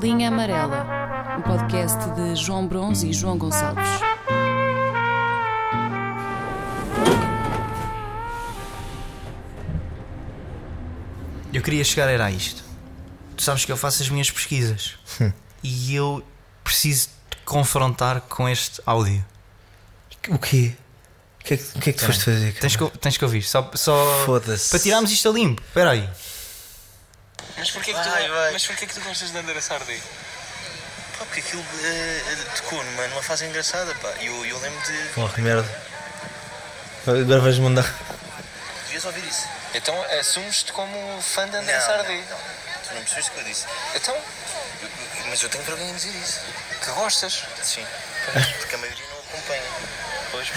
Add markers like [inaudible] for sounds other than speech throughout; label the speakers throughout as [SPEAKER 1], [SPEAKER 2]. [SPEAKER 1] Linha Amarela, um podcast de João Bronze e João Gonçalves.
[SPEAKER 2] Eu queria chegar era a isto. Tu sabes que eu faço as minhas pesquisas
[SPEAKER 3] Hum.
[SPEAKER 2] e eu preciso te confrontar com este áudio.
[SPEAKER 3] O quê? O que é que, o que, é que tu foste fazer?
[SPEAKER 2] Tens que, tens que ouvir, só, só
[SPEAKER 3] Foda-se.
[SPEAKER 2] para tirarmos isto a limpo. Espera aí.
[SPEAKER 4] Mas porquê que tu,
[SPEAKER 5] Vai, vai.
[SPEAKER 4] Mas porquê que tu gostas de andar a Sardi?
[SPEAKER 5] Pá, porque aquilo eh, eh, tocou numa, numa fase engraçada, pá. E eu, eu lembro de.
[SPEAKER 3] Porra, merda. Agora vais mandar. [laughs]
[SPEAKER 5] Devias ouvir isso.
[SPEAKER 4] Então assumes-te como fã de andar a
[SPEAKER 5] Não,
[SPEAKER 4] Sardi.
[SPEAKER 5] não, não. Tu não percebes o que eu disse.
[SPEAKER 4] Então,
[SPEAKER 5] Eu- eu- mas eu tenho vergonha de dizer isso.
[SPEAKER 4] que gostas? [laughs]
[SPEAKER 5] Sim. Pois, Porque a maioria não acompanha. Pois,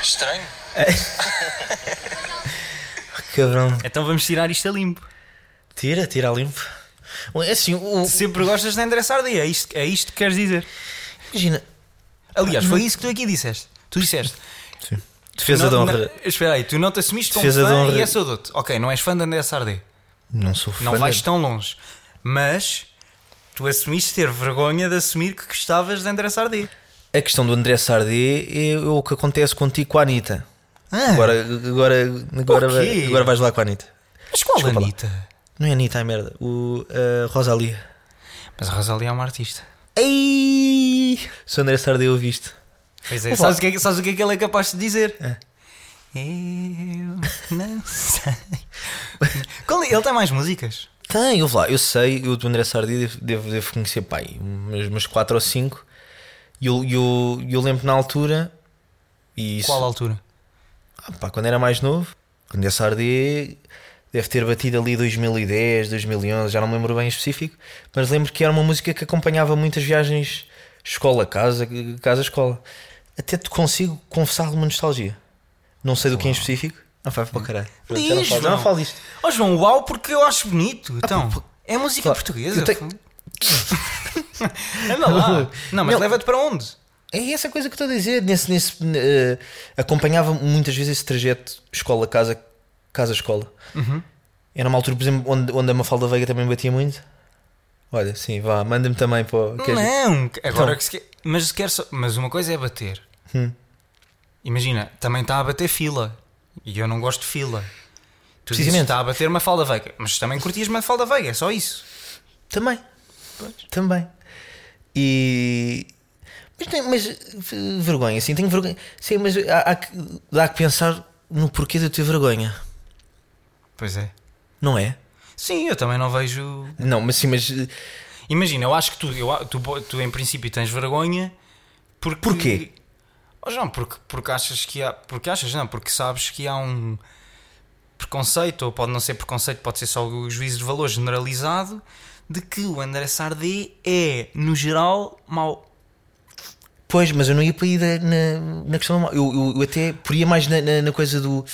[SPEAKER 4] Estranho.
[SPEAKER 3] Cabrão.
[SPEAKER 2] Então vamos tirar isto a limpo.
[SPEAKER 3] Tira, tira a limpo. Bom, É assim, o-
[SPEAKER 2] Sempre gostas de André Sardi, é isto, é isto que queres dizer.
[SPEAKER 3] imagina.
[SPEAKER 2] Aliás, foi isso que tu aqui disseste. Tu disseste.
[SPEAKER 3] Defesa
[SPEAKER 2] não-
[SPEAKER 3] de
[SPEAKER 2] não-
[SPEAKER 3] honra.
[SPEAKER 2] espera aí, tu não te assumiste como
[SPEAKER 3] Defesa de
[SPEAKER 2] fã
[SPEAKER 3] honra.
[SPEAKER 2] e é saudote. Ok, não és fã de André Sardi.
[SPEAKER 3] Não sou fã.
[SPEAKER 2] Não
[SPEAKER 3] de-
[SPEAKER 2] vais tão longe. Mas tu assumiste ter vergonha de assumir que gostavas de André Sardi.
[SPEAKER 3] A questão do André Sardé é, é o que acontece contigo com a Anitta.
[SPEAKER 2] Ah.
[SPEAKER 3] Agora, agora, agora,
[SPEAKER 2] O
[SPEAKER 3] vai-
[SPEAKER 2] quê?
[SPEAKER 3] agora vais lá com a Anitta.
[SPEAKER 2] Mas qual
[SPEAKER 3] Desculpa lá.
[SPEAKER 2] Anitta?
[SPEAKER 3] Não é Anitta, é merda. O eh, Rosalia.
[SPEAKER 2] Mas a Rosalia é uma artista.
[SPEAKER 3] Ei! Se o André Sardé ouviste.
[SPEAKER 2] Pois é, sabes
[SPEAKER 3] Vou falar.
[SPEAKER 2] o, que é, que- sabes o que é que ele é capaz de dizer? Eu não sei. Qual é- ele tem mais músicas?
[SPEAKER 3] Tem, ouve lá, eu sei, eu do André Sardi devo, devo, devo conhecer, pai, umas, umas 4 ou 5. E eu, eu, eu lembro na altura. E isso,
[SPEAKER 2] Qual altura?
[SPEAKER 3] ah, pá, quando era mais novo, o André Sardi deve ter batido ali 2010, 2011, já não me lembro bem em específico. Mas lembro que era uma música que acompanhava muitas viagens escola-casa, casa-escola. Até te consigo confessar alguma nostalgia. Não sei do que é em específico. Não faz para caralho. Já não
[SPEAKER 2] Diz,
[SPEAKER 3] falo- já não
[SPEAKER 2] João.
[SPEAKER 3] falo isto.
[SPEAKER 2] Oh João, uau, porque eu acho bonito. Então, é música
[SPEAKER 3] Ah, claro.
[SPEAKER 2] portuguesa.
[SPEAKER 3] Eu tenho-
[SPEAKER 2] pô. [laughs] Anda
[SPEAKER 3] [laughs]
[SPEAKER 2] lá. Não, mas
[SPEAKER 3] Não.
[SPEAKER 2] leva-te para onde?
[SPEAKER 3] É essa coisa que eu estou a dizer. Nesse, nesse, eh, acompanhava muitas vezes esse trajeto escola-casa, casa-escola. Era uma altura, por exemplo, onde, onde a Mafalda Veiga também batia muito. Olha, sim, vá, manda-me também para. o- é queres-
[SPEAKER 2] Não, é? agora
[SPEAKER 3] Então. Hum.
[SPEAKER 2] que se quer... mas, se quer só- mas uma coisa é bater. Imagina, também está a bater fila. E eu não gosto de fila. Tu dizes
[SPEAKER 3] Precisamente.
[SPEAKER 2] está a bater uma falda veiga. Mas também curtias uma falda veiga, é só isso.
[SPEAKER 3] Também. Também. E. Mas, tem- mas eh, vergonha, sim, tenho vergonha. Sim, mas há, há que, dá que pensar no porquê de eu ter vergonha,
[SPEAKER 2] Pois é.
[SPEAKER 3] não é?
[SPEAKER 2] Sim, eu também não vejo.
[SPEAKER 3] Não, mas sim, mas. eh,
[SPEAKER 2] Imagina, eu acho que tu, eu a- tu, bo- tu em princípio tens vergonha porque.
[SPEAKER 3] Porquê?
[SPEAKER 2] Oh, João, porque, porque achas que há. Porque achas, não, porque sabes que há um preconceito, ou pode não ser preconceito, pode ser só o juízo de valor generalizado, de que o André Sardé é, no geral, mau.
[SPEAKER 3] Pois, mas eu não ia para ir da- na, na questão do mal. Eu, eu, eu até poria mais na, na- na coisa do.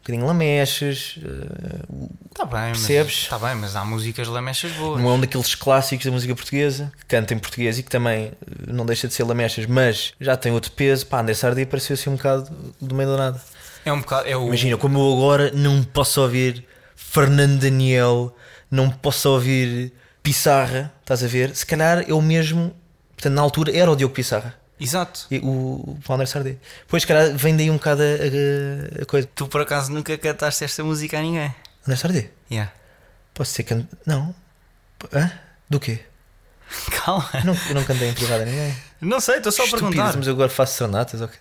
[SPEAKER 3] Um bocadinho lamechas. eh,
[SPEAKER 2] Está Tá bem,
[SPEAKER 3] Percebes?
[SPEAKER 2] mas. Está bem, mas há músicas lamechas boas.
[SPEAKER 3] não é um daqueles clássicos da música portuguesa, que canta em português e que também eh, não deixa de ser lamechas, mas já tem outro peso. Pá, André Sardinha apareceu assim um bocado do meio do nada.
[SPEAKER 2] É um bocado. É o,
[SPEAKER 3] Imagina, como eu agora não posso ouvir Fernando Daniel, não posso ouvir Pissarra, estás a ver? Se calhar eu mesmo. Portanto, na altura era o Diogo Pissarra.
[SPEAKER 2] Exato.
[SPEAKER 3] e O, o André Sardinha. Pois, se calhar vem daí um bocado a- a- a coisa.
[SPEAKER 2] Tu por acaso nunca cantaste esta música a ninguém.
[SPEAKER 3] André Sardé?
[SPEAKER 2] Yeah. [laughs]
[SPEAKER 3] Posso ser can... Não. Hã? Do quê?
[SPEAKER 2] Calma.
[SPEAKER 3] Eu não, eu não cantei em privado a ninguém.
[SPEAKER 2] Não sei, estou [laughs] só a perguntar.
[SPEAKER 3] Estúpido, mas eu agora faço sonatas, ok?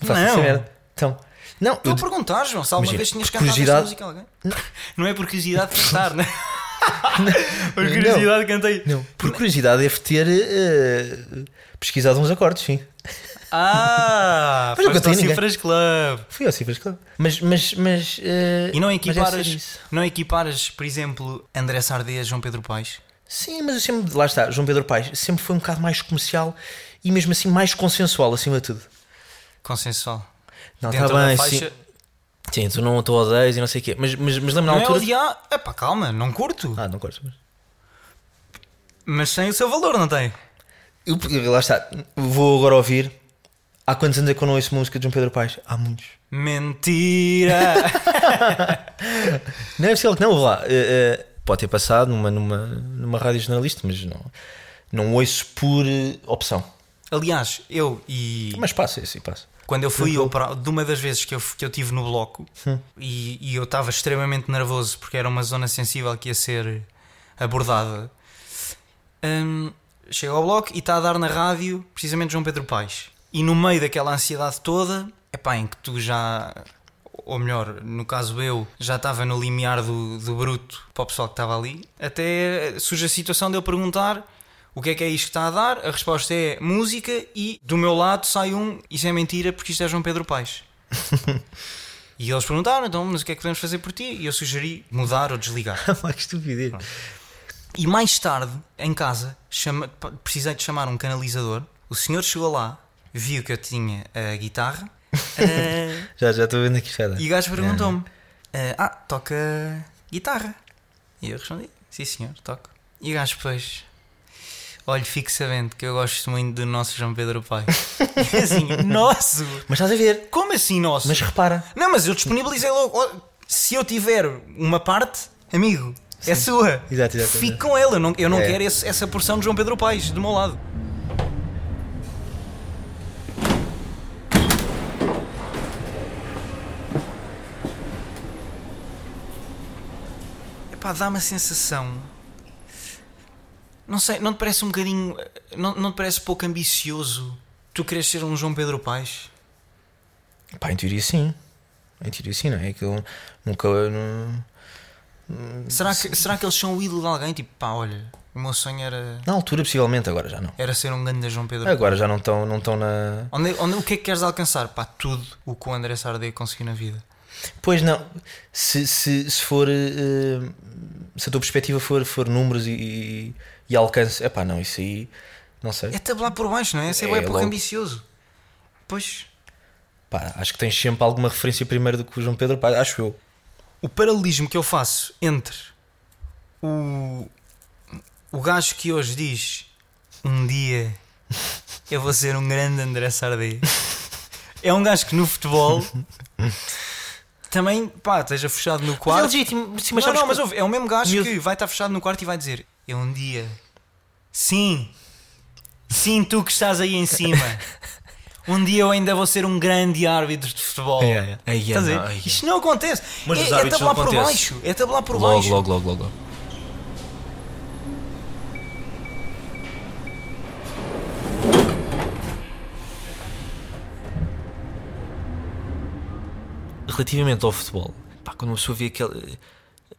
[SPEAKER 3] Não faço
[SPEAKER 2] Não.
[SPEAKER 3] essa merda. Então, não, eu,
[SPEAKER 2] Estou a perguntar, João, se alguma
[SPEAKER 3] Imagina,
[SPEAKER 2] vez tinhas
[SPEAKER 3] por
[SPEAKER 2] cantado esta
[SPEAKER 3] curiosidade-
[SPEAKER 2] música a alguém? [laughs] Não é por curiosidade de cantar, né? [laughs] Por
[SPEAKER 3] Não.
[SPEAKER 2] curiosidade cantei.
[SPEAKER 3] não, por curiosidade devo ter eh, pesquisado uns acordes, sim.
[SPEAKER 2] Ah,
[SPEAKER 3] Mas nunca
[SPEAKER 2] foste ao
[SPEAKER 3] tinha ninguém.
[SPEAKER 2] Cifras Club.
[SPEAKER 3] Fui ao Cifras Club. Mas, mas, mas... eh,
[SPEAKER 2] E não
[SPEAKER 3] mas deve ser
[SPEAKER 2] equiparas,
[SPEAKER 3] isso.
[SPEAKER 2] não equiparas, por exemplo, André Sardé a João Pedro Paes?
[SPEAKER 3] Sim, mas eu sempre... Lá está, João Pedro Paes sempre foi um bocado mais comercial e mesmo assim mais consensual, acima de tudo.
[SPEAKER 2] Consensual.
[SPEAKER 3] Não,
[SPEAKER 2] Dentro
[SPEAKER 3] está
[SPEAKER 2] da
[SPEAKER 3] bem,
[SPEAKER 2] faixa-
[SPEAKER 3] sim. Sim, tu não tu odeias e não sei o quê. Mas, mas, mas lembro na
[SPEAKER 2] Não é
[SPEAKER 3] altura...
[SPEAKER 2] odiar. Epá, calma, não curto.
[SPEAKER 3] Ah, não gosto, mas...
[SPEAKER 2] Mas tem o seu valor, não tem?
[SPEAKER 3] Eu, eu- lá está, vou agora ouvir. Há quantos anos é que eu não ouço música de João Pedro Paes? Há muitos.
[SPEAKER 2] Mentira! [laughs]
[SPEAKER 3] Não é possível que não, vou lá. Eh, eh, pode ter passado numa, numa, numa rádio jornalista, mas não, não ouço por eh, opção.
[SPEAKER 2] Aliás, eu e.
[SPEAKER 3] Mas passa, sim, passa.
[SPEAKER 2] Quando eu fui ao pra- de uma das vezes que eu, f- que eu tive no bloco e, e eu estava extremamente nervoso porque era uma zona sensível que ia ser abordada. hum, chego ao bloco e está a dar na rádio precisamente João Pedro Paes. E no meio daquela ansiedade toda, é pá, em que tu já, ou melhor, no caso eu, já estava no limiar do, do bruto para o pessoal que estava ali, até surge a situação de eu perguntar o que é que é isto que está a dar? A resposta é música e do meu lado sai um, isso é mentira porque isto é João Pedro Paes. e eles perguntaram, então, mas o que é que podemos fazer por ti? E eu sugeri mudar ou desligar.
[SPEAKER 3] [laughs] Olha que estupidez.
[SPEAKER 2] E mais tarde, em casa, chama- pa- precisei de chamar um canalizador. O senhor chegou lá, viu que eu tinha a guitarra eh,
[SPEAKER 3] Já, já estou vendo aqui já dá.
[SPEAKER 2] e o gajo perguntou-me: eh, Ah, toca guitarra? E eu respondi: Sim, senhor, toco. E o gajo, pois, olha, fique sabendo que eu gosto muito do nosso João Pedro Pai. [laughs] E assim, nosso?
[SPEAKER 3] Mas estás a ver.
[SPEAKER 2] Como assim nosso?
[SPEAKER 3] Mas repara,
[SPEAKER 2] Não, mas eu disponibilizei logo. Ó, Se eu tiver uma parte, amigo, é sua.
[SPEAKER 3] Exato, exato.
[SPEAKER 2] Fique com ela. não- eu não
[SPEAKER 3] É.
[SPEAKER 2] quero esse- essa porção de João Pedro Paes do meu lado. Epá, dá-me a sensação. Não sei, não te parece um bocadinho. Não, não te parece pouco ambicioso tu queres ser um João Pedro Paes?
[SPEAKER 3] pá, em teoria sim. Em teoria sim, não é? É Que eu nunca. eu não-
[SPEAKER 2] Será que, será que eles são o ídolo de alguém? Tipo, pá, olha, o meu sonho era,
[SPEAKER 3] Na altura, possivelmente, agora já não.
[SPEAKER 2] era ser um grande João Pedro.
[SPEAKER 3] Agora já não estão não estão na.
[SPEAKER 2] Onde, onde- o que é que queres alcançar? Pá, tudo o que o André Sardé conseguiu na vida.
[SPEAKER 3] Pois não, se, se, se for. eh, se a tua perspectiva for, for números e, e, e alcance. É pá, não, isso aí. Não sei.
[SPEAKER 2] É tabular por baixo, não é? Ser
[SPEAKER 3] É,
[SPEAKER 2] é, pouco
[SPEAKER 3] logo.
[SPEAKER 2] ambicioso. Pois.
[SPEAKER 3] Pá, acho que tens sempre alguma referência primeiro do que o João Pedro Pá, acho eu.
[SPEAKER 2] O paralelismo que eu faço entre o, o gajo que hoje diz um dia eu vou ser um grande André Sardé é um gajo que no
[SPEAKER 3] [laughs]
[SPEAKER 2] futebol também, pá, esteja fechado no quarto.
[SPEAKER 3] é legítimo, sim,
[SPEAKER 2] não, não, mas ouve, é o mesmo gajo
[SPEAKER 3] Miúdo.
[SPEAKER 2] que vai estar fechado no quarto e vai dizer: Eu um dia, sim, sim, tu que estás aí em cima, um dia eu ainda vou ser um grande árbitro de futebol.
[SPEAKER 3] É, é, é. Aí é,
[SPEAKER 2] Estás a ver?
[SPEAKER 3] não, aí é.
[SPEAKER 2] Isto não acontece.
[SPEAKER 3] Mas
[SPEAKER 2] é,
[SPEAKER 3] os
[SPEAKER 2] é
[SPEAKER 3] árbitros não
[SPEAKER 2] tabular por
[SPEAKER 3] acontece.
[SPEAKER 2] baixo. É tabular por
[SPEAKER 3] Logo,
[SPEAKER 2] baixo.
[SPEAKER 3] logo, logo, logo. logo. Relativamente ao futebol, pá, quando uma pessoa vê aquele,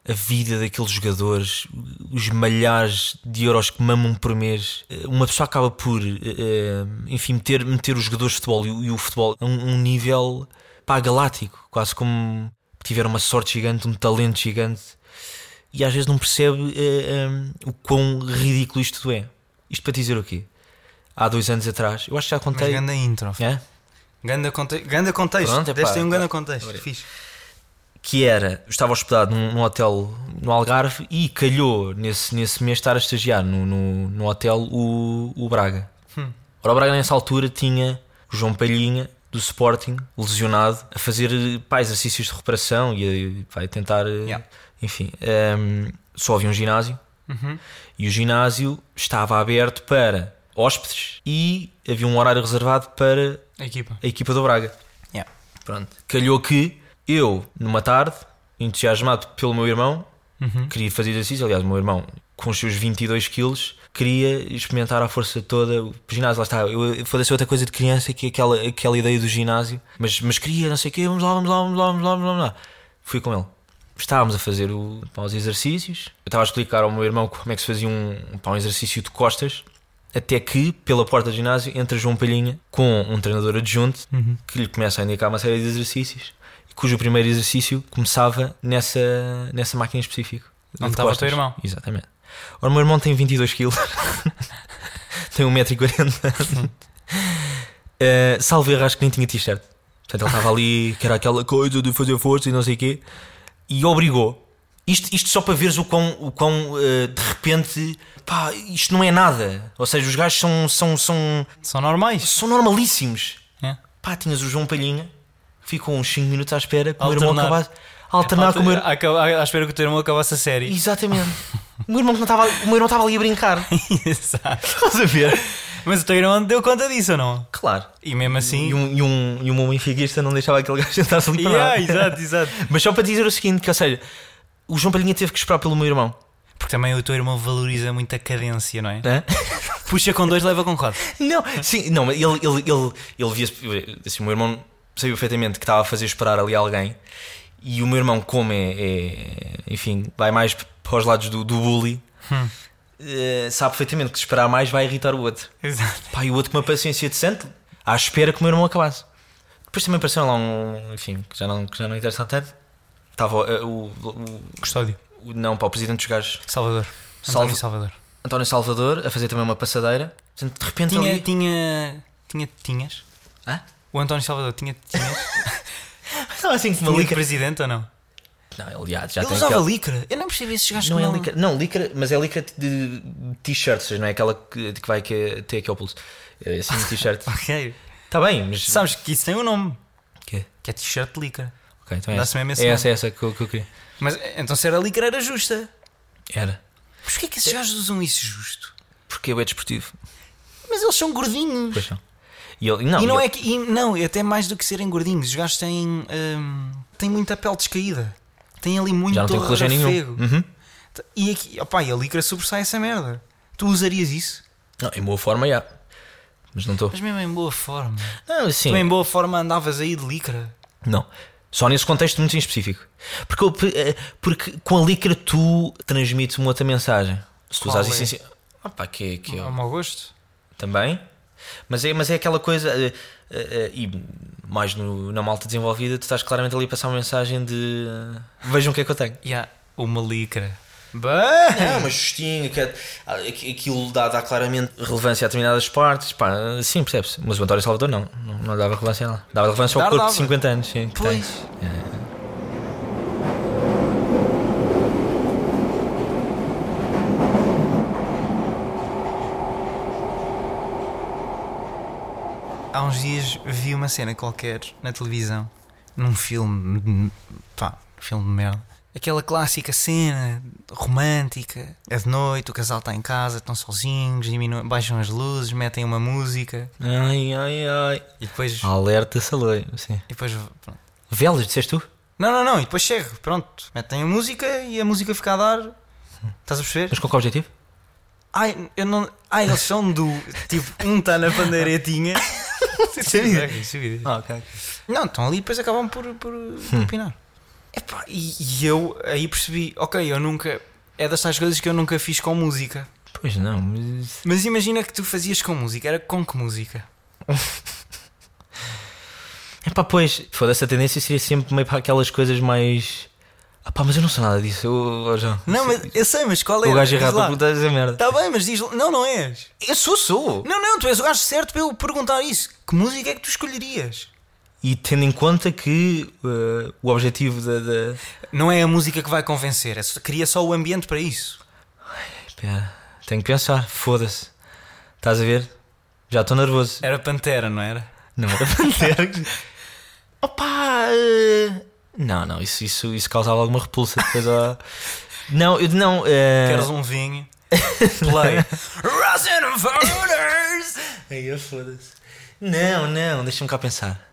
[SPEAKER 3] a vida daqueles jogadores, os milhares de euros que mamam por mês, eh, uma pessoa acaba por, eh, eh, enfim, meter, meter os jogadores de futebol e, o- e o futebol a um, um nível pá, galáctico, quase como tiveram uma sorte gigante, um talento gigante, e às vezes não percebe eh, eh, o quão ridículo isto tudo é. Isto para te dizer o quê? Há dois anos atrás, eu acho que já
[SPEAKER 2] Mas
[SPEAKER 3] contei.
[SPEAKER 2] ganda intro.
[SPEAKER 3] É?
[SPEAKER 2] Ganda, conte ganda contexto.
[SPEAKER 3] Pronto, é pá,
[SPEAKER 2] Deste aí um
[SPEAKER 3] pá.
[SPEAKER 2] ganda contexto.
[SPEAKER 3] Obrigado.
[SPEAKER 2] Fixe.
[SPEAKER 3] que era, eu estava hospedado num, num hotel no Algarve e calhou nesse, nesse mês estar a estagiar no, no, no hotel o, o Braga. Ora, o Braga nessa altura tinha o João Palhinha do Sporting, lesionado, a fazer pá, exercícios de recuperação e a pá, tentar. eh,
[SPEAKER 2] Yeah.
[SPEAKER 3] Enfim, ehm, só havia um ginásio e o ginásio estava aberto para hóspedes e havia um horário reservado para
[SPEAKER 2] A equipa.
[SPEAKER 3] a equipa do Braga.
[SPEAKER 2] Yeah.
[SPEAKER 3] Pronto. Calhou que eu, numa tarde, entusiasmado pelo meu irmão, queria fazer exercício. Aliás, o meu irmão, com os seus 22 quilos, queria experimentar a força toda o ginásio. Lá está, eu foda-se outra coisa de criança, que é aquela, aquela ideia do ginásio. Mas, mas queria, não sei o quê, vamos lá, vamos lá, vamos lá, vamos lá, vamos lá. Fui com ele. Estávamos a fazer o, pá, os exercícios. Eu estava a explicar ao meu irmão como é que se fazia um, pá, um exercício de costas. Até que, pela porta do ginásio, entra João Palhinha com um treinador adjunto
[SPEAKER 2] Uhum.
[SPEAKER 3] que lhe começa a indicar uma série de exercícios e cujo primeiro exercício começava nessa, nessa máquina específica.
[SPEAKER 2] Onde
[SPEAKER 3] De
[SPEAKER 2] estava o
[SPEAKER 3] costas.
[SPEAKER 2] teu irmão.
[SPEAKER 3] Exatamente. Ora, o meu irmão tem 22 kg, [laughs] tem 1,40m. uh, salvo erro, acho que nem tinha t-shirt. Portanto, ele estava ali, que era aquela coisa de fazer força e não sei o quê, e obrigou. Isto, isto só para veres o quão, o quão eh, de repente, pá, isto não é nada. Ou seja, os gajos são, são, são,
[SPEAKER 2] São normais.
[SPEAKER 3] são normalíssimos.
[SPEAKER 2] É.
[SPEAKER 3] Pá, tinhas o João Palhinha, que ficou uns 5 minutos à espera que o meu irmão
[SPEAKER 2] Alternar.
[SPEAKER 3] acabasse alternar com o meu.
[SPEAKER 2] À, à, à espera que o teu irmão acabasse a
[SPEAKER 3] [laughs]
[SPEAKER 2] série.
[SPEAKER 3] Exatamente. O meu irmão que não estava, o meu irmão estava ali a brincar.
[SPEAKER 2] Exato.
[SPEAKER 3] Estás a ver?
[SPEAKER 2] Mas o teu irmão deu conta disso ou não?
[SPEAKER 3] Claro.
[SPEAKER 2] E mesmo assim.
[SPEAKER 3] E um, e um, e um benfiquista não deixava aquele gajo
[SPEAKER 2] [laughs]
[SPEAKER 3] sentar-se ali para
[SPEAKER 2] Yeah,
[SPEAKER 3] nada.
[SPEAKER 2] exato, exato.
[SPEAKER 3] Mas só para dizer o seguinte: que, ou seja, o João Palhinha teve que esperar pelo meu irmão.
[SPEAKER 2] Porque também o teu irmão valoriza muito a cadência, não é?
[SPEAKER 3] né?
[SPEAKER 2] Puxa com dois, leva com quatro.
[SPEAKER 3] Não, sim, não, mas ele, ele, ele, ele via assim, o meu irmão sabia perfeitamente que estava a fazer esperar ali alguém e o meu irmão, como é, é- enfim, vai mais para os lados do, do bully,
[SPEAKER 2] Hum.
[SPEAKER 3] eh, sabe perfeitamente que se esperar mais vai irritar o outro.
[SPEAKER 2] [laughs] Exato.
[SPEAKER 3] Pá, e o outro com uma paciência de santo à espera que o meu irmão acabasse. Depois também apareceu lá um, enfim, que já não, que já não interessa tanto. Estava eh, o, o-
[SPEAKER 2] Custódio.
[SPEAKER 3] o- Não, para o presidente dos gajos,
[SPEAKER 2] Salvador.
[SPEAKER 3] Salva-
[SPEAKER 2] António Salvador.
[SPEAKER 3] António Salvador, a fazer também uma passadeira. Portanto, de repente
[SPEAKER 2] Tinha,
[SPEAKER 3] ali.
[SPEAKER 2] tinha. Tinha. Tinhas?
[SPEAKER 3] Hã?
[SPEAKER 2] O António Salvador tinha. Tinhas?
[SPEAKER 3] Estava assim com uma
[SPEAKER 2] tinha de
[SPEAKER 3] lica.
[SPEAKER 2] presidente ou não?
[SPEAKER 3] Não, ele já, já
[SPEAKER 2] Ele
[SPEAKER 3] tem
[SPEAKER 2] usava
[SPEAKER 3] aquela-
[SPEAKER 2] licra. Eu não percebi esses gajos
[SPEAKER 3] Não
[SPEAKER 2] que
[SPEAKER 3] é licra, não, licra, mas é licra de de t-shirt, ou seja, não é aquela que, de que vai que, ter aqui ao pulso. É assim, um t-shirt.
[SPEAKER 2] [laughs] Ok.
[SPEAKER 3] Está bem, mas.
[SPEAKER 2] Sabes que isso tem um nome.
[SPEAKER 3] Quê?
[SPEAKER 2] Que é t-shirt de licra.
[SPEAKER 3] Ok, então é
[SPEAKER 2] Dá-se
[SPEAKER 3] essa.
[SPEAKER 2] mesmo esse
[SPEAKER 3] é
[SPEAKER 2] nome.
[SPEAKER 3] essa, é essa que eu, que eu queria.
[SPEAKER 2] Mas então se era licra era justa.
[SPEAKER 3] Era.
[SPEAKER 2] Mas porquê que esses gajos usam isso justo?
[SPEAKER 3] Porque eu é desportivo.
[SPEAKER 2] Mas eles são gordinhos.
[SPEAKER 3] Pois não. E ele, não,
[SPEAKER 2] e não
[SPEAKER 3] ele-
[SPEAKER 2] é que. E, não, até mais do que serem gordinhos. Os gajos têm. hum, têm muita pele descaída. Têm ali muito
[SPEAKER 3] Já não tem colagênio nenhum. Uhum.
[SPEAKER 2] rafego. E aqui, opá, e a licra sobressai essa merda. Tu usarias isso?
[SPEAKER 3] Não, em boa forma, já. Mas não estou.
[SPEAKER 2] Mas mesmo em boa forma.
[SPEAKER 3] Não, sim.
[SPEAKER 2] Tu em boa forma andavas aí de licra.
[SPEAKER 3] Não. Só nesse contexto muito em específico. Porque, eu pe- eh, porque com a licra tu transmites uma outra mensagem. Se tu
[SPEAKER 2] Qual
[SPEAKER 3] usares
[SPEAKER 2] é?
[SPEAKER 3] isso em. si- Ah, pá, que, é- que é-
[SPEAKER 2] Ao mau gosto.
[SPEAKER 3] Também. Mas é, mas é aquela coisa. eh, eh, eh, e mais no- na malta desenvolvida, tu estás claramente ali a passar uma mensagem de. eh, Vejam o que é que eu tenho.
[SPEAKER 2] E há uma licra. Bem!
[SPEAKER 3] Não, mas justinho, que é- aqu- aquilo dá, dá claramente relevância a determinadas partes. Pá, sim, percebe-se. Mas o António Salvador não, não, não dava relevância a ela. Dava relevância
[SPEAKER 2] Dava,
[SPEAKER 3] ao corpo
[SPEAKER 2] dava.
[SPEAKER 3] de 50 anos. Sim, que tem.
[SPEAKER 2] Pois. Há uns dias vi uma cena qualquer na televisão, num filme, hum, pá, filme de merda. Aquela clássica cena romântica, é de noite, o casal está em casa, estão sozinhos, diminuem, baixam as luzes, metem uma música
[SPEAKER 3] Ai, ai, ai.
[SPEAKER 2] e depois.
[SPEAKER 3] Ah. Alerta Saloi. Sim.
[SPEAKER 2] E depois pronto.
[SPEAKER 3] Velas, disseste tu?
[SPEAKER 2] Não, não, não, e depois chego, pronto. Metem a música e a música fica a dar. Estás a perceber?
[SPEAKER 3] Mas com qual objetivo?
[SPEAKER 2] Ai, eu não. Ai, eles são do. Tipo, um está na pandeiretinha.
[SPEAKER 3] Ah, ok.
[SPEAKER 2] Não, estão ali e depois acabam por, por,
[SPEAKER 3] Hum.
[SPEAKER 2] por opinar. Epá, e, e eu aí percebi, ok, eu nunca. É das tais coisas que eu nunca fiz com música.
[SPEAKER 3] Pois não, mas.
[SPEAKER 2] Mas imagina que tu fazias com música, era com que música?
[SPEAKER 3] É pá, pois, foda-se, a tendência seria sempre meio para aquelas coisas mais. Ah pá, mas eu não sou nada disso, eu, ó, João.
[SPEAKER 2] Não, mas eu sei, mas qual é?
[SPEAKER 3] O gajo
[SPEAKER 2] Diz
[SPEAKER 3] errado
[SPEAKER 2] lá.
[SPEAKER 3] a perguntar essa merda.
[SPEAKER 2] Tá bem, mas diz. lá- Não, não és.
[SPEAKER 3] Eu sou, sou.
[SPEAKER 2] Não, não, tu és o gajo certo para eu perguntar isso. Que música é que tu escolherias?
[SPEAKER 3] E tendo em conta que eh, o objetivo da. da...
[SPEAKER 2] Não é a música que vai convencer, é só- cria só o ambiente para isso.
[SPEAKER 3] Espera, tenho que pensar, foda-se. Estás a ver? Já estou nervoso.
[SPEAKER 2] Era Pantera, não era?
[SPEAKER 3] Não era
[SPEAKER 2] [laughs]
[SPEAKER 3] Pantera. Opa! eh, Não, não, isso, isso, isso causava alguma repulsa depois. ó. Não, eu não. eh,
[SPEAKER 2] Queres um vinho?
[SPEAKER 3] [laughs]
[SPEAKER 2] Play. Rosin Voters!
[SPEAKER 3] Aí eu foda-se. Não, não, deixa-me cá pensar.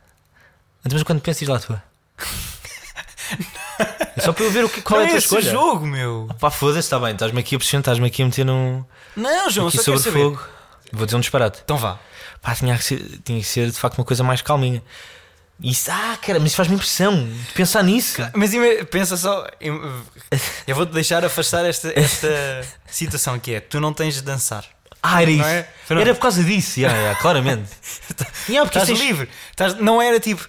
[SPEAKER 3] Então, Mas quando pensas lá
[SPEAKER 2] [laughs]
[SPEAKER 3] a tua. É só para eu ver o que, qual é a tua
[SPEAKER 2] esse
[SPEAKER 3] escolha.
[SPEAKER 2] jogo, meu.
[SPEAKER 3] Pá, foda-se, está bem, estás-me aqui a pressionar, estás-me aqui a meter num.
[SPEAKER 2] Não, João,
[SPEAKER 3] aqui
[SPEAKER 2] só quero
[SPEAKER 3] sobre
[SPEAKER 2] saber.
[SPEAKER 3] fogo. Vou dizer um disparate.
[SPEAKER 2] Então vá.
[SPEAKER 3] Pá, tinha que, ser, tinha que ser de facto uma coisa mais calminha. Isso, ah, cara, mas isso faz-me impressão de pensar nisso.
[SPEAKER 2] Mas ima- pensa só. im- Eu vou-te deixar afastar esta,
[SPEAKER 3] [laughs]
[SPEAKER 2] esta situação que é: tu não tens de dançar.
[SPEAKER 3] Ah, era isso.
[SPEAKER 2] Não é? Foi não?
[SPEAKER 3] Era por causa disso, já, já,
[SPEAKER 2] [laughs]
[SPEAKER 3] claramente. E é porque
[SPEAKER 2] Estás
[SPEAKER 3] isso é-
[SPEAKER 2] livre. Estás- não era tipo.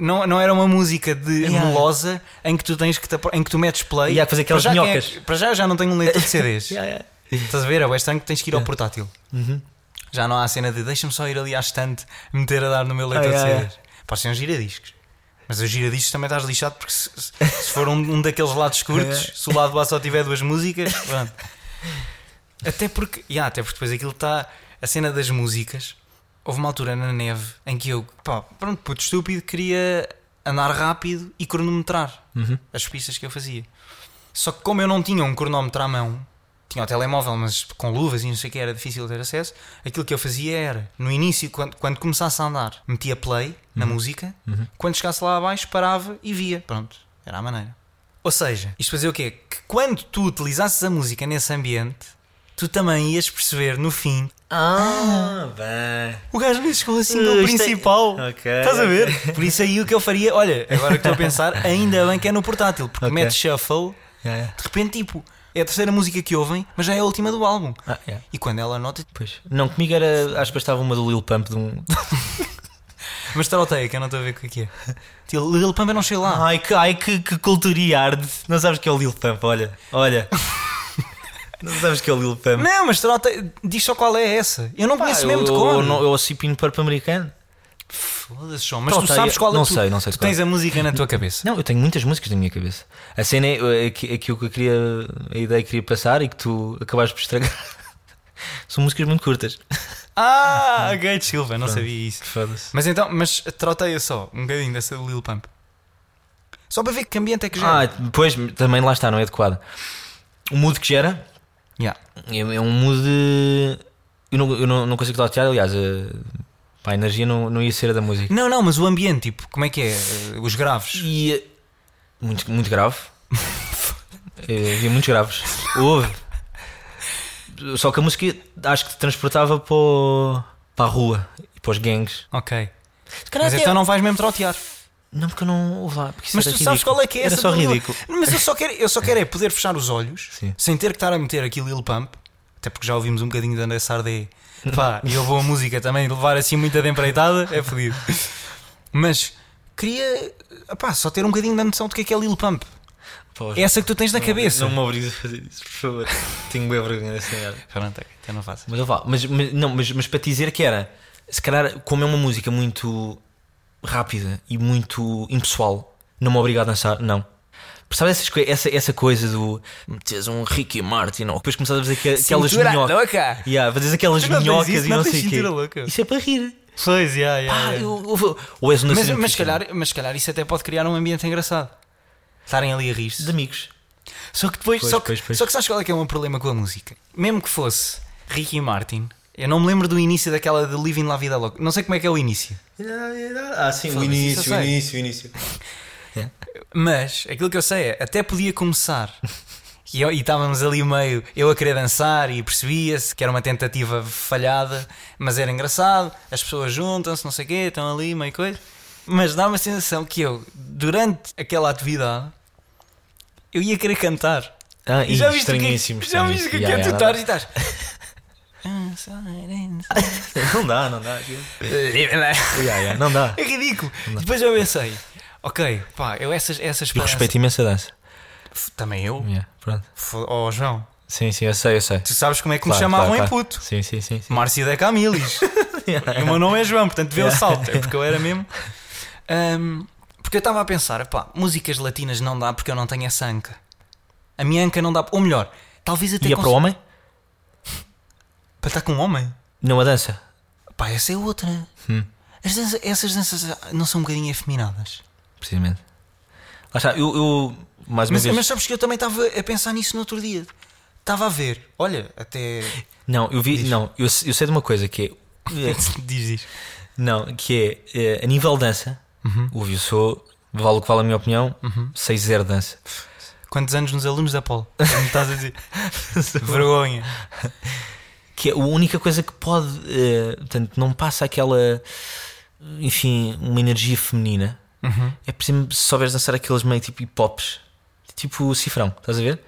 [SPEAKER 2] Não, não era uma música de
[SPEAKER 3] Yeah.
[SPEAKER 2] melosa em que tu tens que te apro- em que tu metes play
[SPEAKER 3] Yeah, fazer aquelas
[SPEAKER 2] para já, quem é-
[SPEAKER 3] minhocas.
[SPEAKER 2] para já eu já não tenho um leitor de
[SPEAKER 3] [laughs]
[SPEAKER 2] CDs.
[SPEAKER 3] Já, já.
[SPEAKER 2] Estás a ver? É o estranho que tens que ir ao portátil. Já não há a cena de deixa-me só ir ali à estante meter a dar no meu leitor
[SPEAKER 3] Ah,
[SPEAKER 2] de
[SPEAKER 3] é, é.
[SPEAKER 2] CDs. Pode ser um giradiscos. Mas os giradiscos também estás lixado porque se, se- se for um, um daqueles lados curtos, se o lado lá só tiver duas músicas, pronto. Até porque, Ya, até porque depois aquilo está. A cena das músicas. Houve uma altura na neve em que eu, pá, pronto, puto estúpido, queria andar rápido e cronometrar as pistas que eu fazia. Só que como eu não tinha um cronómetro à mão, tinha o telemóvel, mas com luvas e não sei o que era difícil ter acesso, aquilo que eu fazia era, no início, quando, quando começasse a andar, metia play na música, quando chegasse lá abaixo, parava e via. Pronto, era a maneira. Ou seja, isto fazia o quê? Que quando tu utilizasses a música nesse ambiente, tu também ias perceber no fim
[SPEAKER 3] Ah, bem.
[SPEAKER 2] o gajo não chegou a
[SPEAKER 3] Uh,
[SPEAKER 2] single
[SPEAKER 3] isto é-
[SPEAKER 2] assim principal.
[SPEAKER 3] Ok.
[SPEAKER 2] Estás a ver? Por isso aí o que eu faria, olha, agora que estou a pensar, ainda bem que é no portátil, porque
[SPEAKER 3] Ok.
[SPEAKER 2] mete shuffle,
[SPEAKER 3] Yeah.
[SPEAKER 2] de repente, tipo, é a terceira música que ouvem, mas já é a última do álbum.
[SPEAKER 3] Ah, yeah.
[SPEAKER 2] E quando ela nota,
[SPEAKER 3] Pois. Não, comigo era. Acho que bastava uma do Lil Pump de um.
[SPEAKER 2] mas taroteia, que eu não estou a ver o que é que é. Tipo, Lil Pump eu não sei lá.
[SPEAKER 3] Ai, que, ai, que, que culturia arde. Não sabes que é o Lil Pump, olha.
[SPEAKER 2] [laughs]
[SPEAKER 3] Olha. não sabes que é o Lil Pump.
[SPEAKER 2] Não, mas taroteia, diz só qual é essa. Eu não
[SPEAKER 3] Pá,
[SPEAKER 2] conheço mesmo de
[SPEAKER 3] eu-
[SPEAKER 2] cor.
[SPEAKER 3] Eu, não- eu ouço hipino para americano.
[SPEAKER 2] Foda-se, João, mas tu
[SPEAKER 3] Taroteia,
[SPEAKER 2] sabes qual é
[SPEAKER 3] não
[SPEAKER 2] tu,
[SPEAKER 3] sei, não sei
[SPEAKER 2] Tu
[SPEAKER 3] de cor.
[SPEAKER 2] tens a música na tua
[SPEAKER 3] [laughs]
[SPEAKER 2] cabeça.
[SPEAKER 3] Não, eu tenho muitas músicas na minha cabeça. A cena é aqui, aqui o que eu queria. A ideia que queria passar e que tu acabaste por estragar. [laughs] São músicas muito curtas.
[SPEAKER 2] Ah, Gate Silva, não sabia isso.
[SPEAKER 3] Foda-se.
[SPEAKER 2] Mas então, mas troteia só um bocadinho dessa do Lil Pump. Só para ver que ambiente é que já.
[SPEAKER 3] Ah, pois, também lá está, não é adequada. O mood que gera
[SPEAKER 2] Yeah.
[SPEAKER 3] é, é um mood. de- Eu não, eu não, não consigo tatear, aliás, a, pá, a energia não, não ia ser a da música.
[SPEAKER 2] Não, não, mas o ambiente, tipo, como é que é? Eh, Os graves.
[SPEAKER 3] E. eh, Muito, muito
[SPEAKER 2] [laughs]
[SPEAKER 3] grave. Eh, Havia muitos graves. Houve. Só que a música acho que te transportava para, o- para a rua e para os gangues.
[SPEAKER 2] Ok.
[SPEAKER 3] Se
[SPEAKER 2] Mas então não vais mesmo trotear.
[SPEAKER 3] Não, porque eu não ouvi lá. Porque isso
[SPEAKER 2] Mas tu
[SPEAKER 3] era
[SPEAKER 2] sabes
[SPEAKER 3] ridículo.
[SPEAKER 2] qual é que é
[SPEAKER 3] Era
[SPEAKER 2] essa
[SPEAKER 3] só
[SPEAKER 2] do Lil-
[SPEAKER 3] ridículo.
[SPEAKER 2] Mas eu só quero, eu só quero é poder fechar os olhos
[SPEAKER 3] Sim.
[SPEAKER 2] sem ter que estar a meter aqui Lil Pump. Até porque já ouvimos um bocadinho de André Sardé.
[SPEAKER 3] [laughs]
[SPEAKER 2] Pá, e eu vou a música também levar assim muita de empreitada, é fodido. Mas queria pá, só ter um bocadinho da noção do que é que é Lil Pump.
[SPEAKER 3] Pá,
[SPEAKER 2] É essa que tu tens na cabeça.
[SPEAKER 3] Não me obrigues a fazer isso, por favor. Tenho bem vergonha dessa merda.
[SPEAKER 2] Pronto, ok, então não faço.
[SPEAKER 3] Mas, eu falo, mas, mas, não, mas, mas para te dizer que era, se calhar, como é uma música muito rápida e muito impessoal, não me obriga a dançar, não. Percebe essas coi- essa, essa coisa do metes um Ricky Martin ou depois começas a fazer aqua- aquelas
[SPEAKER 2] Cintura
[SPEAKER 3] minhocas.
[SPEAKER 2] louca.
[SPEAKER 3] Yeah, fazes aquelas
[SPEAKER 2] Tu não tens
[SPEAKER 3] minhocas
[SPEAKER 2] isso,
[SPEAKER 3] e
[SPEAKER 2] não
[SPEAKER 3] não
[SPEAKER 2] tens
[SPEAKER 3] sei o quê.
[SPEAKER 2] cintura louca.
[SPEAKER 3] Isso é para rir.
[SPEAKER 2] Pois, yeah, yeah,
[SPEAKER 3] Ah,
[SPEAKER 2] yeah.
[SPEAKER 3] eu, eu- ou és um
[SPEAKER 2] Mas,
[SPEAKER 3] dançarino
[SPEAKER 2] mas, se
[SPEAKER 3] profissional.
[SPEAKER 2] calhar, mas se calhar isso até pode criar um ambiente engraçado. Estarem ali a
[SPEAKER 3] de
[SPEAKER 2] rir-se.
[SPEAKER 3] amigos.
[SPEAKER 2] Só que depois.
[SPEAKER 3] Pois,
[SPEAKER 2] só, que,
[SPEAKER 3] pois, pois.
[SPEAKER 2] só que sabes qual é que é o meu problema com a música? Mesmo que fosse Ricky Martin, eu não me lembro do início daquela de Living La Vida Loca. Não sei como é que é o início.
[SPEAKER 3] Ah, sim,
[SPEAKER 2] Foda-se, isso eu sei. É.
[SPEAKER 3] início,
[SPEAKER 2] [laughs]
[SPEAKER 3] o início.
[SPEAKER 2] Mas aquilo que eu sei é até podia começar. E, eu- e estávamos ali meio eu a querer dançar e percebia-se que era uma tentativa falhada, mas era engraçado, as pessoas juntam-se, não sei o quê, estão ali, meio coisa. Mas dá uma sensação que eu, durante aquela atividade, eu ia querer cantar.
[SPEAKER 3] Ah,
[SPEAKER 2] E
[SPEAKER 3] e
[SPEAKER 2] já viste o que-
[SPEAKER 3] estranhíssimo.
[SPEAKER 2] Já viste o que é que é tu
[SPEAKER 3] estranhíssimo.
[SPEAKER 2] estás e estás. Inside,
[SPEAKER 3] Não dá, não
[SPEAKER 2] [laughs]
[SPEAKER 3] dá.
[SPEAKER 2] Ah, inside.
[SPEAKER 3] Yeah, yeah, não
[SPEAKER 2] [laughs]
[SPEAKER 3] dá.
[SPEAKER 2] É ridículo. Depois eu pensei, ok, pá, eu essas, essas
[SPEAKER 3] E
[SPEAKER 2] paranças-
[SPEAKER 3] respeito imenso a dança.
[SPEAKER 2] Também eu?
[SPEAKER 3] Yeah, pronto.
[SPEAKER 2] Fo- Oh, João,
[SPEAKER 3] Sim, sim, eu sei, eu sei.
[SPEAKER 2] tu sabes como é que me
[SPEAKER 3] Claro,
[SPEAKER 2] chamavam
[SPEAKER 3] claro,
[SPEAKER 2] em
[SPEAKER 3] claro.
[SPEAKER 2] puto?
[SPEAKER 3] Sim, sim, sim. sim.
[SPEAKER 2] Márcio da
[SPEAKER 3] [laughs]
[SPEAKER 2] Camilis. e o meu nome é João, portanto vê o salto, é porque eu era mesmo. Ahm, porque eu estava a pensar, pá, músicas latinas não dá porque eu não tenho essa anca. A minha anca não dá, ou melhor, talvez até
[SPEAKER 3] E é para o homem?
[SPEAKER 2] para estar com um homem.
[SPEAKER 3] Não a dança.
[SPEAKER 2] Pá, essa é outra.
[SPEAKER 3] Hum.
[SPEAKER 2] As dança- essas danças não são um bocadinho efeminadas.
[SPEAKER 3] Precisamente. Lá está, eu, eu mais uma
[SPEAKER 2] Mas,
[SPEAKER 3] vez.
[SPEAKER 2] mas sabes que eu também estava a pensar nisso no outro dia. Estava a ver, olha, [laughs] até.
[SPEAKER 3] Não, eu vi. Não, eu, se- eu sei de uma coisa que é.
[SPEAKER 2] diz, diz.
[SPEAKER 3] não, que é, é, a nível dança,
[SPEAKER 2] Uhum.
[SPEAKER 3] ouvi, eu sou, vale o que vale a minha opinião, 6-0 dança.
[SPEAKER 2] Quantos anos nos alunos da [laughs] Polo? Como estás a dizer? Vergonha.
[SPEAKER 3] Que é a única coisa que pode. eh, portanto, não passa aquela. Enfim, uma energia feminina.
[SPEAKER 2] Uhum.
[SPEAKER 3] É preciso se souberes dançar aqueles meio tipo hip hops, tipo cifrão, estás a ver?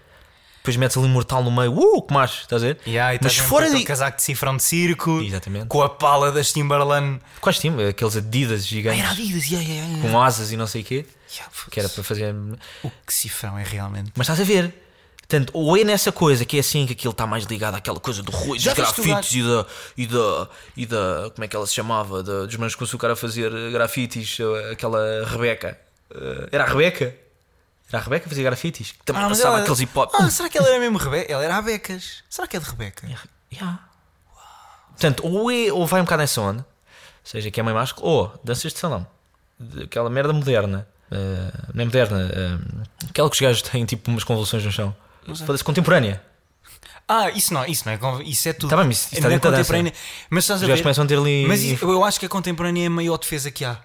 [SPEAKER 3] Depois metes ali um mortal no meio, uh, que macho, estás a ver?
[SPEAKER 2] Yeah, e
[SPEAKER 3] Mas
[SPEAKER 2] estás mesmo
[SPEAKER 3] fora
[SPEAKER 2] com
[SPEAKER 3] de.
[SPEAKER 2] aquele casaco de cifrão de circo,
[SPEAKER 3] Exatamente.
[SPEAKER 2] com a pala das Timberland.
[SPEAKER 3] Quais time? Aqueles Adidas gigantes
[SPEAKER 2] Era Adidas, yeah, yeah, yeah.
[SPEAKER 3] com asas e não sei o quê,
[SPEAKER 2] Yeah,
[SPEAKER 3] que era para fazer.
[SPEAKER 2] O que cifrão é realmente?
[SPEAKER 3] Mas estás a ver? Portanto, ou é nessa coisa que é assim que aquilo está mais ligado àquela coisa do ruído,
[SPEAKER 2] Já
[SPEAKER 3] dos
[SPEAKER 2] viste o
[SPEAKER 3] grafites e da, e, da, e da. Como é que ela se chamava? Da- dos manos com açúcar a fazer eh, grafites, eh, aquela Rebeca. Eh, era a Rebeca? Era a Rebeca a fazer grafites? Que também
[SPEAKER 2] Ah, mas
[SPEAKER 3] lançava
[SPEAKER 2] ela-
[SPEAKER 3] aqueles hip hop.
[SPEAKER 2] Ah, será que ela era mesmo Rebeca? Ela era a Becas. Será que é de Rebeca?
[SPEAKER 3] Yeah. Portanto, ou, é, ou vai um bocado nessa onda, seja que é meio másculo, ou danças de salão. aquela merda moderna. eh, não é moderna, eh, aquela que os gajos têm tipo umas convulsões no chão.
[SPEAKER 2] é.
[SPEAKER 3] Foda-se contemporânea.
[SPEAKER 2] Ah, isso não, isso não é. con- Isso é tudo.
[SPEAKER 3] Tá bem, mas isso
[SPEAKER 2] É
[SPEAKER 3] está
[SPEAKER 2] na
[SPEAKER 3] dentro da dança.
[SPEAKER 2] contemporânea. Mas estás
[SPEAKER 3] Os
[SPEAKER 2] a
[SPEAKER 3] gajos
[SPEAKER 2] ver.
[SPEAKER 3] começam a ter ali.
[SPEAKER 2] Mas isso- eu acho que a contemporânea é a maior defesa que há.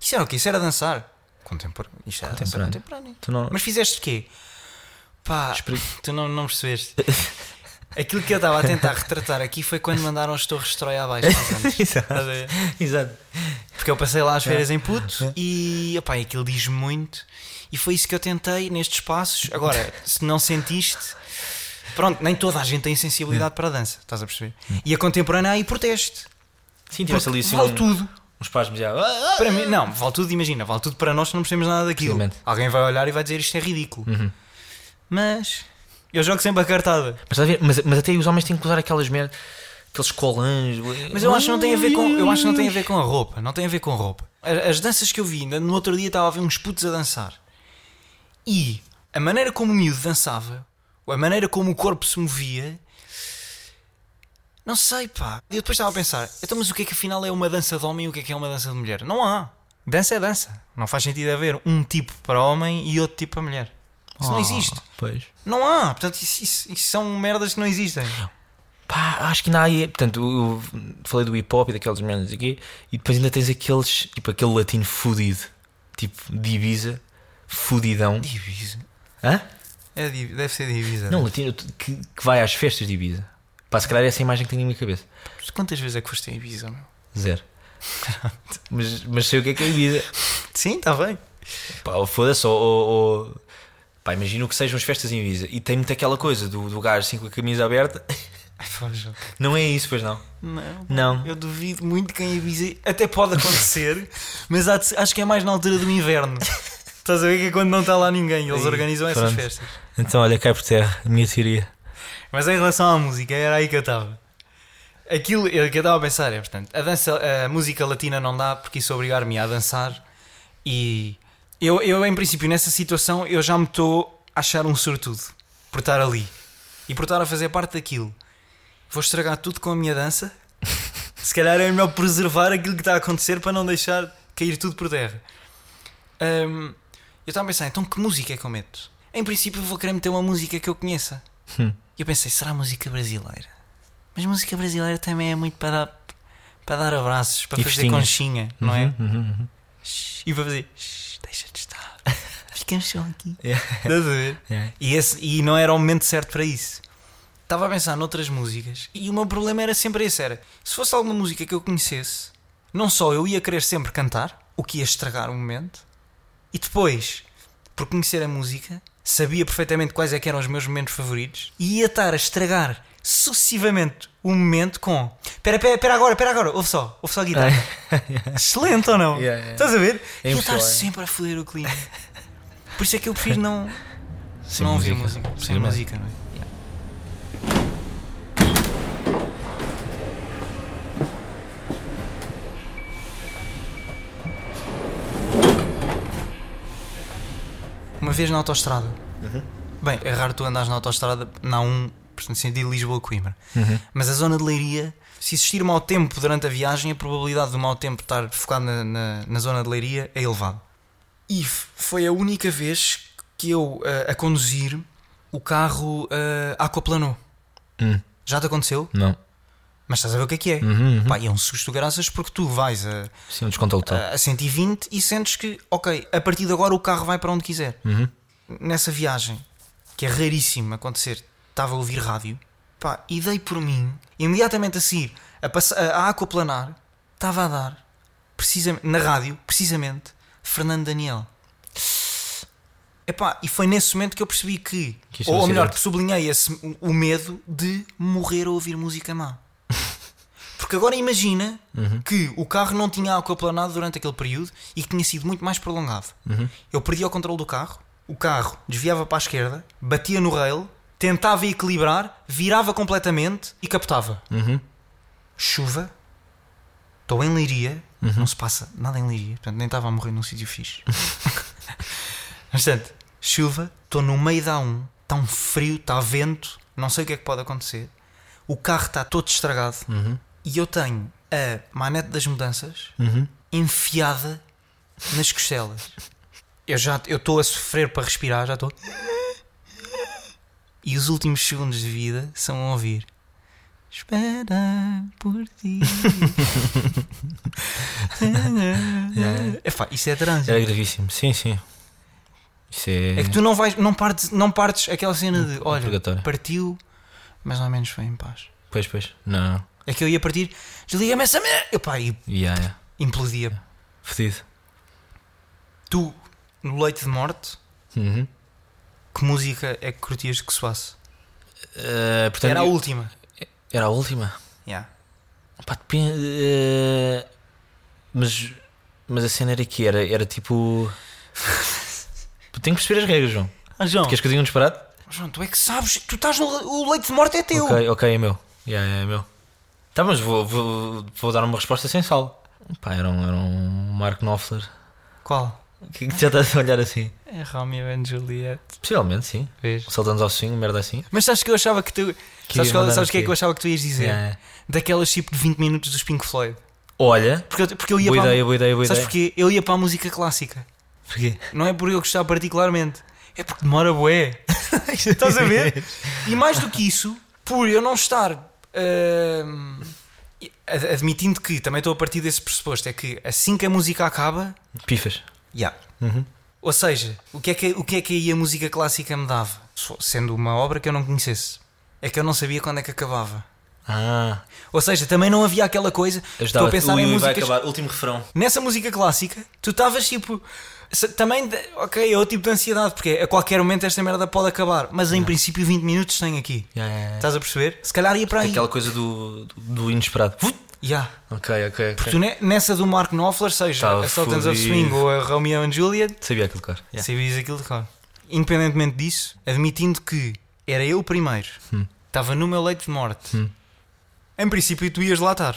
[SPEAKER 2] Isso era o quê? Isso era dançar. Contemporâneo. Isto era dançar
[SPEAKER 3] Contemporâneo.
[SPEAKER 2] contemporâneo.
[SPEAKER 3] Tu não-
[SPEAKER 2] Mas fizeste o quê? Pá,
[SPEAKER 3] Espre-
[SPEAKER 2] [laughs] tu não, não percebeste. Aquilo que eu estava a tentar retratar aqui foi quando mandaram as torres de Troia abaixo. há uns
[SPEAKER 3] [laughs]
[SPEAKER 2] anos.
[SPEAKER 3] Exato.
[SPEAKER 2] Estás a ver?
[SPEAKER 3] Exato.
[SPEAKER 2] Porque eu passei lá as férias em puto
[SPEAKER 3] É.
[SPEAKER 2] e opá, aquilo diz muito. E foi isso que eu tentei nestes passos. Agora, se não sentiste, pronto, nem toda a gente tem
[SPEAKER 3] É.
[SPEAKER 2] sensibilidade para a dança, estás a perceber? E a contemporânea aí proteste.
[SPEAKER 3] Sim, tivesse ali assim
[SPEAKER 2] vale
[SPEAKER 3] um-
[SPEAKER 2] tudo.
[SPEAKER 3] uns pasmos já. "Ah, ah",
[SPEAKER 2] Para mim, não, vale tudo, imagina, vale tudo para nós que não percebemos nada daquilo.
[SPEAKER 3] Precisamente.
[SPEAKER 2] Alguém vai olhar e vai dizer isto é ridículo. Mas eu jogo sempre a cartada.
[SPEAKER 3] Mas, estás a ver? mas, mas até aí os homens têm que usar aquelas merdas, aqueles colãs.
[SPEAKER 2] Mas eu acho que não tem a ver com, eu acho que não tem a ver com a roupa, não tem a ver com a roupa. A- As danças que eu vi, ainda no outro dia estava a ver uns putos a dançar. E a maneira como o miúdo dançava, ou a maneira como o corpo se movia, não sei, pá. E eu depois estava a pensar, então mas o que é que afinal é uma dança de homem e o que é que é uma dança de mulher? Não há. Dança é dança. Não faz sentido haver um tipo para homem e outro tipo para mulher. Isso
[SPEAKER 3] Oh.
[SPEAKER 2] não existe.
[SPEAKER 3] Pois.
[SPEAKER 2] Não há. Portanto, isso, isso- isso são merdas que não existem.
[SPEAKER 3] Pá, acho que ainda há aí. Portanto, eu falei do hip hop e daqueles menos aqui. E depois ainda tens aqueles, tipo aquele latino fudido, tipo de Ibiza, fudidão.
[SPEAKER 2] Divisa.
[SPEAKER 3] Hã?
[SPEAKER 2] É, di- deve ser divisa.
[SPEAKER 3] Não, latino que, que vai às festas de Ibiza. Pá, se calhar é essa imagem que tenho na minha cabeça.
[SPEAKER 2] Quantas vezes é que foste em Ibiza, meu?
[SPEAKER 3] Zero.
[SPEAKER 2] [laughs]
[SPEAKER 3] mas, mas sei o que é que é Ibiza.
[SPEAKER 2] Sim, está bem.
[SPEAKER 3] Pá, ou foda-se, ou, ou, ou- Pá, imagino que sejam as festas em Ibiza. E tem muito aquela coisa do, do gajo assim com a camisa aberta. [laughs] Não é isso, pois não.
[SPEAKER 2] Não.
[SPEAKER 3] Não.
[SPEAKER 2] Eu duvido muito que em Ibiza. Até pode acontecer, [laughs] mas há de ser- acho que é mais na altura do
[SPEAKER 3] [laughs]
[SPEAKER 2] inverno. Estás a ver que é quando não está lá ninguém, eles
[SPEAKER 3] Sim,
[SPEAKER 2] organizam essas
[SPEAKER 3] pronto.
[SPEAKER 2] festas.
[SPEAKER 3] Então, olha, cai por terra, a minha teoria.
[SPEAKER 2] Mas em relação à música, era aí que eu estava. Aquilo eu- que eu estava a pensar é, portanto, a, dança, a música latina não dá porque isso obrigar-me a dançar e eu, eu, em princípio, nessa situação, eu já me estou a achar um sortudo por estar ali e por estar a fazer parte daquilo. Vou estragar tudo com a minha dança. Se calhar é melhor preservar aquilo que está a acontecer para não deixar cair tudo por terra. Hum, eu estava a pensar, então que música é que eu meto? Em princípio, vou querer meter uma música que eu conheça. E eu pensei, será música brasileira? Mas música brasileira também é muito para dar, para dar abraços, para
[SPEAKER 3] E
[SPEAKER 2] fazer
[SPEAKER 3] festinhas.
[SPEAKER 2] conchinha, não é? Shhh, E para fazer, "Shhh, deixa-te estar, ficamos só aqui. Estás a ver?
[SPEAKER 3] Yeah.
[SPEAKER 2] E, esse- e não era o momento certo para isso. Estava a pensar noutras músicas e o meu problema era sempre esse: era se fosse alguma música que eu conhecesse, não só eu ia querer sempre cantar, o que ia estragar o momento, e depois, por conhecer a música, sabia perfeitamente quais é que eram os meus momentos favoritos e ia estar a estragar sucessivamente o momento com pera, pera, pera agora, pera agora, ouve só, ouve só a guitarra. Excelente ou não?
[SPEAKER 3] [laughs] Yeah, yeah.
[SPEAKER 2] Estás a ver?
[SPEAKER 3] É
[SPEAKER 2] ia
[SPEAKER 3] impossível,
[SPEAKER 2] estar
[SPEAKER 3] é?
[SPEAKER 2] sempre a foder o clima. Por isso é que eu prefiro
[SPEAKER 3] [laughs]
[SPEAKER 2] não,
[SPEAKER 3] Sem
[SPEAKER 2] não ouvir música. Sem
[SPEAKER 3] merda.
[SPEAKER 2] música, não é? Uma vez na autostrada. Bem, é raro tu andares na autostrada na 1, portanto, sentido Lisboa-Coimbra. Mas a zona de Leiria, se existir mau tempo durante a viagem, a probabilidade do mau tempo estar focado na, na, na zona de Leiria é elevada. E f- foi a única vez que eu, eh, a conduzir, o carro eh, aquaplanou. Já te aconteceu?
[SPEAKER 3] Não.
[SPEAKER 2] Mas estás a ver o que é que é? Pá, e é um susto graças porque tu vais a,
[SPEAKER 3] Sim, um desconto total.
[SPEAKER 2] a 120 e sentes que, ok, a partir de agora o carro vai para onde quiser. Nessa viagem, que é raríssimo acontecer, estava a ouvir rádio pá, e dei por mim, imediatamente a seguir, a, passa- a, a acoplanar, estava a dar, precisamente, na rádio, precisamente, Fernando Daniel. Epá, e foi nesse momento que eu percebi que,
[SPEAKER 3] Que isto é um
[SPEAKER 2] ou, ou melhor,
[SPEAKER 3] acidente.
[SPEAKER 2] que sublinhei esse, o- o medo de morrer a ouvir música má. Porque agora imagina que o carro não tinha aquaplanado durante aquele período e que tinha sido muito mais prolongado. Eu perdia o controle do carro, o carro desviava para a esquerda, batia no rail, tentava equilibrar, virava completamente e captava. Chuva, estou em Leiria, não se passa nada em Leiria, portanto nem estava a morrer num sítio fixe. Portanto, chuva, estou no meio da A1, está um frio, está vento, não sei o que é que pode acontecer. O carro está todo estragado e eu tenho a manete das mudanças enfiada nas costelas. Eu já eu estou a sofrer para respirar, já estou. E os últimos segundos de vida são a ouvir. Espera por ti. [laughs] Epá, isso é trânsito.
[SPEAKER 3] Era gravíssimo, sim, sim. Isso é.
[SPEAKER 2] É que tu não vais, não partes, não partes aquela cena de olha,
[SPEAKER 3] Obrigatório.
[SPEAKER 2] partiu, mas ao menos foi em paz.
[SPEAKER 3] Pois, pois. Não.
[SPEAKER 2] É que eu ia partir, desliga-me essa merda! Epá, e
[SPEAKER 3] Yeah, yeah. É.
[SPEAKER 2] implodia.
[SPEAKER 3] Fedido.
[SPEAKER 2] Tu, no leito de morte,
[SPEAKER 3] Uhum.
[SPEAKER 2] que música é que curtias que soasse?
[SPEAKER 3] Eh, portanto,
[SPEAKER 2] Era a última.
[SPEAKER 3] Era a última.
[SPEAKER 2] Yeah.
[SPEAKER 3] Pá, depende. eh, mas, mas a cena era que era, era [laughs] tipo. Tenho que perceber as regras, João.
[SPEAKER 2] Ah, João,
[SPEAKER 3] Queres que eu diga um disparate?
[SPEAKER 2] João, tu é que sabes, tu estás no. O leite de morte é teu.
[SPEAKER 3] Ok, ok, é meu. Yeah, yeah, é meu. Tá, mas vou, vou, vou dar uma resposta sem sal. Pá, era um, era um Mark Knopfler. [laughs]
[SPEAKER 2] Qual?
[SPEAKER 3] Que, que já estás a olhar assim?
[SPEAKER 2] É Romeo and Juliet.
[SPEAKER 3] Possivelmente, sim.
[SPEAKER 2] Vês?
[SPEAKER 3] Saltamos ao swing, merda assim.
[SPEAKER 2] Mas sabes que eu achava que tu.
[SPEAKER 3] Que
[SPEAKER 2] sabes
[SPEAKER 3] ia
[SPEAKER 2] qual-
[SPEAKER 3] mandar
[SPEAKER 2] sabes o
[SPEAKER 3] o
[SPEAKER 2] que é
[SPEAKER 3] quê?
[SPEAKER 2] que eu achava que tu ias dizer?
[SPEAKER 3] Yeah.
[SPEAKER 2] Daquelas tipo de 20 minutos dos Pink Floyd.
[SPEAKER 3] Olha,
[SPEAKER 2] Porque eu, porque eu ia
[SPEAKER 3] boa
[SPEAKER 2] para. a-
[SPEAKER 3] ideia, boa ideia, boa
[SPEAKER 2] sabes
[SPEAKER 3] ideia.
[SPEAKER 2] porquê? Eu ia para a música clássica.
[SPEAKER 3] Porquê?
[SPEAKER 2] Não é por eu gostar particularmente. É porque demora
[SPEAKER 3] [laughs]
[SPEAKER 2] bué. Estás a ver? E mais do que isso, por eu não estar. ahm, ad- admitindo que também estou a partir desse pressuposto, é que assim que a música acaba.
[SPEAKER 3] Pifas. Uhum.
[SPEAKER 2] Ou seja, o que, é que, o que é que aí a música clássica me dava? Se fo- Sendo uma obra que eu não conhecesse. É que eu não sabia quando é que acabava.
[SPEAKER 3] Ah,
[SPEAKER 2] Ou seja, também não havia aquela coisa. Estou
[SPEAKER 3] ajudava.
[SPEAKER 2] a pensar em
[SPEAKER 3] vai
[SPEAKER 2] músicas
[SPEAKER 3] acabar, último refrão.
[SPEAKER 2] Nessa música clássica, tu estavas tipo. se- Também, de- ok, é outro tipo de ansiedade, porque a qualquer momento esta merda pode acabar, mas em princípio 20 minutos tem aqui.
[SPEAKER 3] Yeah, yeah, yeah.
[SPEAKER 2] Estás a perceber? Se calhar ia para aí.
[SPEAKER 3] Tá Aquela coisa do, do, do inesperado.
[SPEAKER 2] Yeah.
[SPEAKER 3] Ok, ok, ok.
[SPEAKER 2] Porque tu ne- nessa do Mark Knopfler, seja
[SPEAKER 3] Estava
[SPEAKER 2] a Sultans of
[SPEAKER 3] fudido.
[SPEAKER 2] Swing ou a Romeo and Juliet,
[SPEAKER 3] Sabia aquilo, claro. Yeah.
[SPEAKER 2] sabias aquilo de cor. Independentemente disso, admitindo que era eu primeiro,
[SPEAKER 3] Hum.
[SPEAKER 2] estava no meu leito de morte, em princípio tu ias lá estar.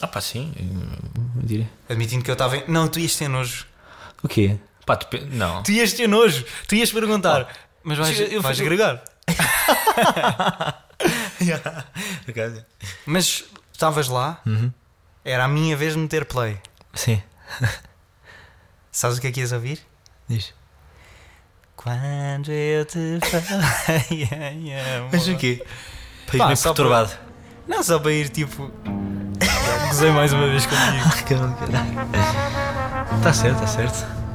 [SPEAKER 3] Ah, pá, sim. eu- eu diria.
[SPEAKER 2] Admitindo que eu estava em. Não, tu ias ter nojo.
[SPEAKER 3] O quê? Pá, tu. pe- [laughs] Não.
[SPEAKER 2] Tu ias ter nojo, tu ias perguntar, mas vais,
[SPEAKER 3] Oh. eu- eu-
[SPEAKER 2] vais
[SPEAKER 3] eu-
[SPEAKER 2] agregar.
[SPEAKER 3] Ok.
[SPEAKER 2] Mas estavas lá,
[SPEAKER 3] Uhum.
[SPEAKER 2] era a minha vez de meter play.
[SPEAKER 3] Sim,
[SPEAKER 2] Sabes o que é que ias ouvir?
[SPEAKER 3] diz.
[SPEAKER 2] Quando eu te falei [laughs] em amor.
[SPEAKER 3] Mas o quê? País
[SPEAKER 2] Pá,
[SPEAKER 3] meio
[SPEAKER 2] só
[SPEAKER 3] perturbado.
[SPEAKER 2] Não, só para ir tipo.
[SPEAKER 3] [laughs]
[SPEAKER 2] Gozei mais uma vez comigo.
[SPEAKER 3] Está Tá certo, está certo.